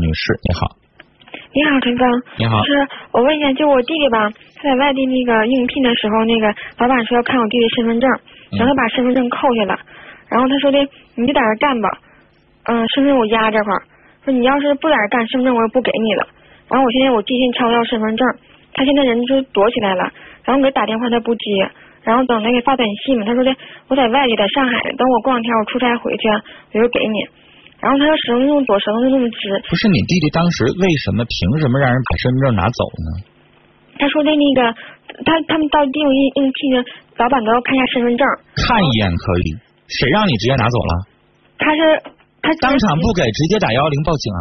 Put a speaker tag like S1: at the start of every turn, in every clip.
S1: 女士，你好。
S2: 你好，陈峰。
S1: 你好
S2: 就是我问一下，就我弟弟吧，他在外地那个应聘的时候，那个老板说要看我弟弟身份证，然后把身份证扣下了，然后他说的你就在这儿干吧，嗯，身份证我压这块儿，说你要是不在这儿干，身份证我也不给你了。然后我现在我弟现在敲不到身份证，他现在人就躲起来了，然后我给他打电话他不接，然后等他给发短信嘛，他说的我在外地，在上海呢，等我过两天我出差回去，啊我就给你。然后他说绳子那么左，绳子那么直，
S1: 不是你弟弟当时为什么凭什么让人把身份证拿走呢？
S2: 他说的那个，他他们到地方应应聘的老板都要看一下身份证，
S1: 看一眼可以，谁让你直接拿走了？
S2: 他是他
S1: 当场不，给，直接打幺幺零报警啊！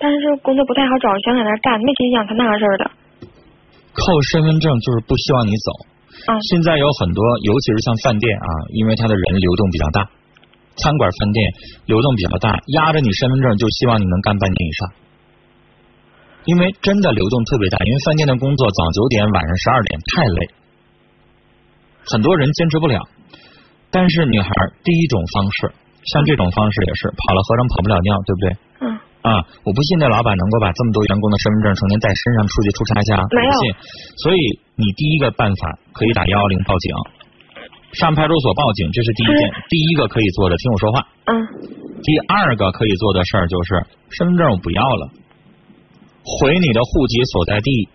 S2: 但是工作不太好找，想在那儿干，没心想他那个事儿的，
S1: 扣身份证就是不希望你走。
S2: 嗯
S1: 现在有很多，尤其是像饭店啊，因为它的人流动比较大，餐馆、饭店流动比较大，压着你身份证就希望你能干半年以上。因为真的流动特别大，因为饭店的工作早九点，晚上十二点太累，很多人坚持不了。但是女孩儿第一种方式，像这种方式也是跑了和尚跑不了尿，对不对？
S2: 嗯，
S1: 啊，我不信那老板能够把这么多员工的身份证成天带身上出去出差去啊！
S2: 没有
S1: 我不信。所以你第一个办法可以打幺幺零报警，上派出所报警，这是第一件，第一个可以做的。听我说话。
S2: 嗯
S1: 第二个可以做的事儿就是身份证我不要了，回你的户籍所在地，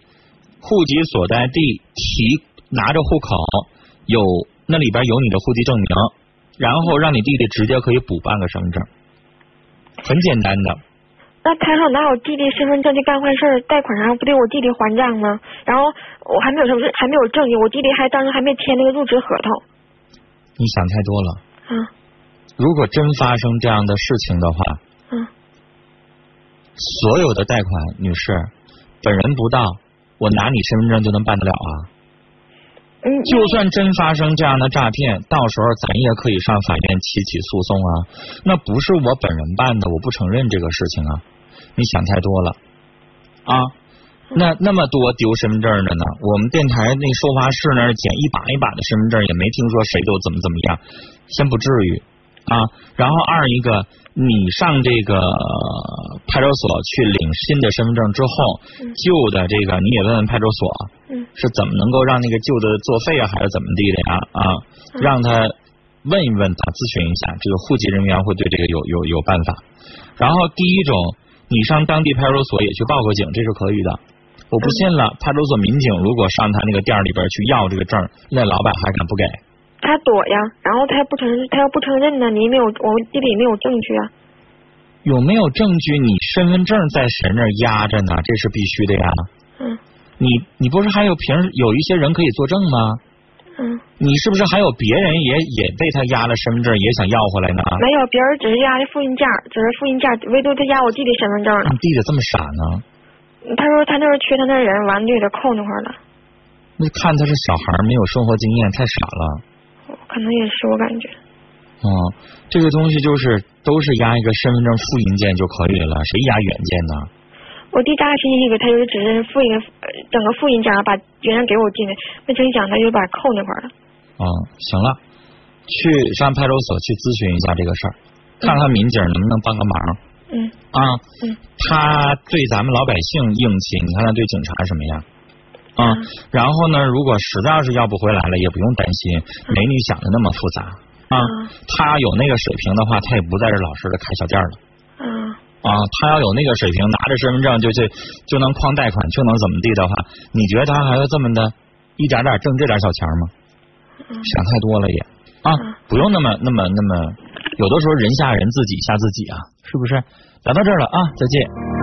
S1: 户籍所在地提拿着户口有那里边有你的户籍证明，然后让你弟弟直接可以补办个身份证，很简单的。
S2: 那他说拿我弟弟身份证去干坏事儿，贷款啥不得我弟弟还账吗？然后我还没有什么还没有证据，我弟弟还当时还没签那个入职合同，
S1: 你想太多了。
S2: 嗯
S1: 如果真发生这样的事情的话，
S2: 嗯
S1: 所有的贷款，女士，本人不到，我拿你身份证就能办得了啊。
S2: 嗯，
S1: 就算真发生这样的诈骗，到时候咱也可以上法院提起诉讼啊。那不是我本人办的，我不承认这个事情啊。你想太多了啊。那那么多丢身份证的呢？我们电台那收发室那儿捡一把一把的身份证，也没听说谁都怎么怎么样，先不至于啊。然后二一个，你上这个呃派出所去领新的身份证之后，
S2: 嗯
S1: 旧的这个你也问问派出所，
S2: 嗯
S1: 是怎么能够让那个旧的作废啊，还是怎么地的呀？啊，
S2: 嗯
S1: 让他问一问他，咨询一下，这个户籍人员会对这个有有有办法。然后第一种，你上当地派出所也去报个警，这是可以的。我不信了，派出所民警如果上他那个店儿里边去要这个证儿，那老板还敢不给？
S2: 他躲呀，然后他也不承认，他要不承认呢，你也没有我弟弟也没有证据啊，
S1: 有没有证据你身份证在谁那儿压着呢？这是必须的呀。
S2: 嗯
S1: 你你不是还有平时有一些人可以作证吗？
S2: 嗯，
S1: 你是不是还有别人也也被他压了身份证也想要回来呢？
S2: 没有，别人只是压的复印件儿，只是复印件儿，唯独他压我弟弟身份证了。
S1: 你弟弟这么傻呢？
S2: 他说他那儿缺他那儿人，完了就给他扣那块儿了。
S1: 那看他是小孩儿没有生活经验，太傻了。
S2: 可能也是我感觉，
S1: 嗯，这个东西就是都是压一个身份证复印件就可以了，谁压原件呢？
S2: 我弟大学一个，他就是只是复印呃整个复印件儿把原来给我弟的，没成想他就把扣那块儿了。
S1: 嗯，行了，去上派出所去咨询一下这个事儿，看看民警能不能帮个忙
S2: 嗯
S1: 啊。
S2: 嗯
S1: 他对咱们老百姓硬气，你看他对警察什么样？啊、
S2: 嗯
S1: 然后呢，如果实在要是要不回来了，也不用担心，没你想的那么复杂啊。
S2: 嗯
S1: 他有那个水平的话，他也不在这老实的开小店了。
S2: 嗯
S1: 啊，他要有那个水平，拿着身份证就去就能框贷款，就能怎么地的话，你觉得他还会这么的一点点挣这点小钱吗？
S2: 嗯
S1: 想太多了也啊
S2: 嗯，
S1: 不用那么那么那么，有的时候人吓人，自己吓自己啊，是不是？聊到这儿了啊，再见。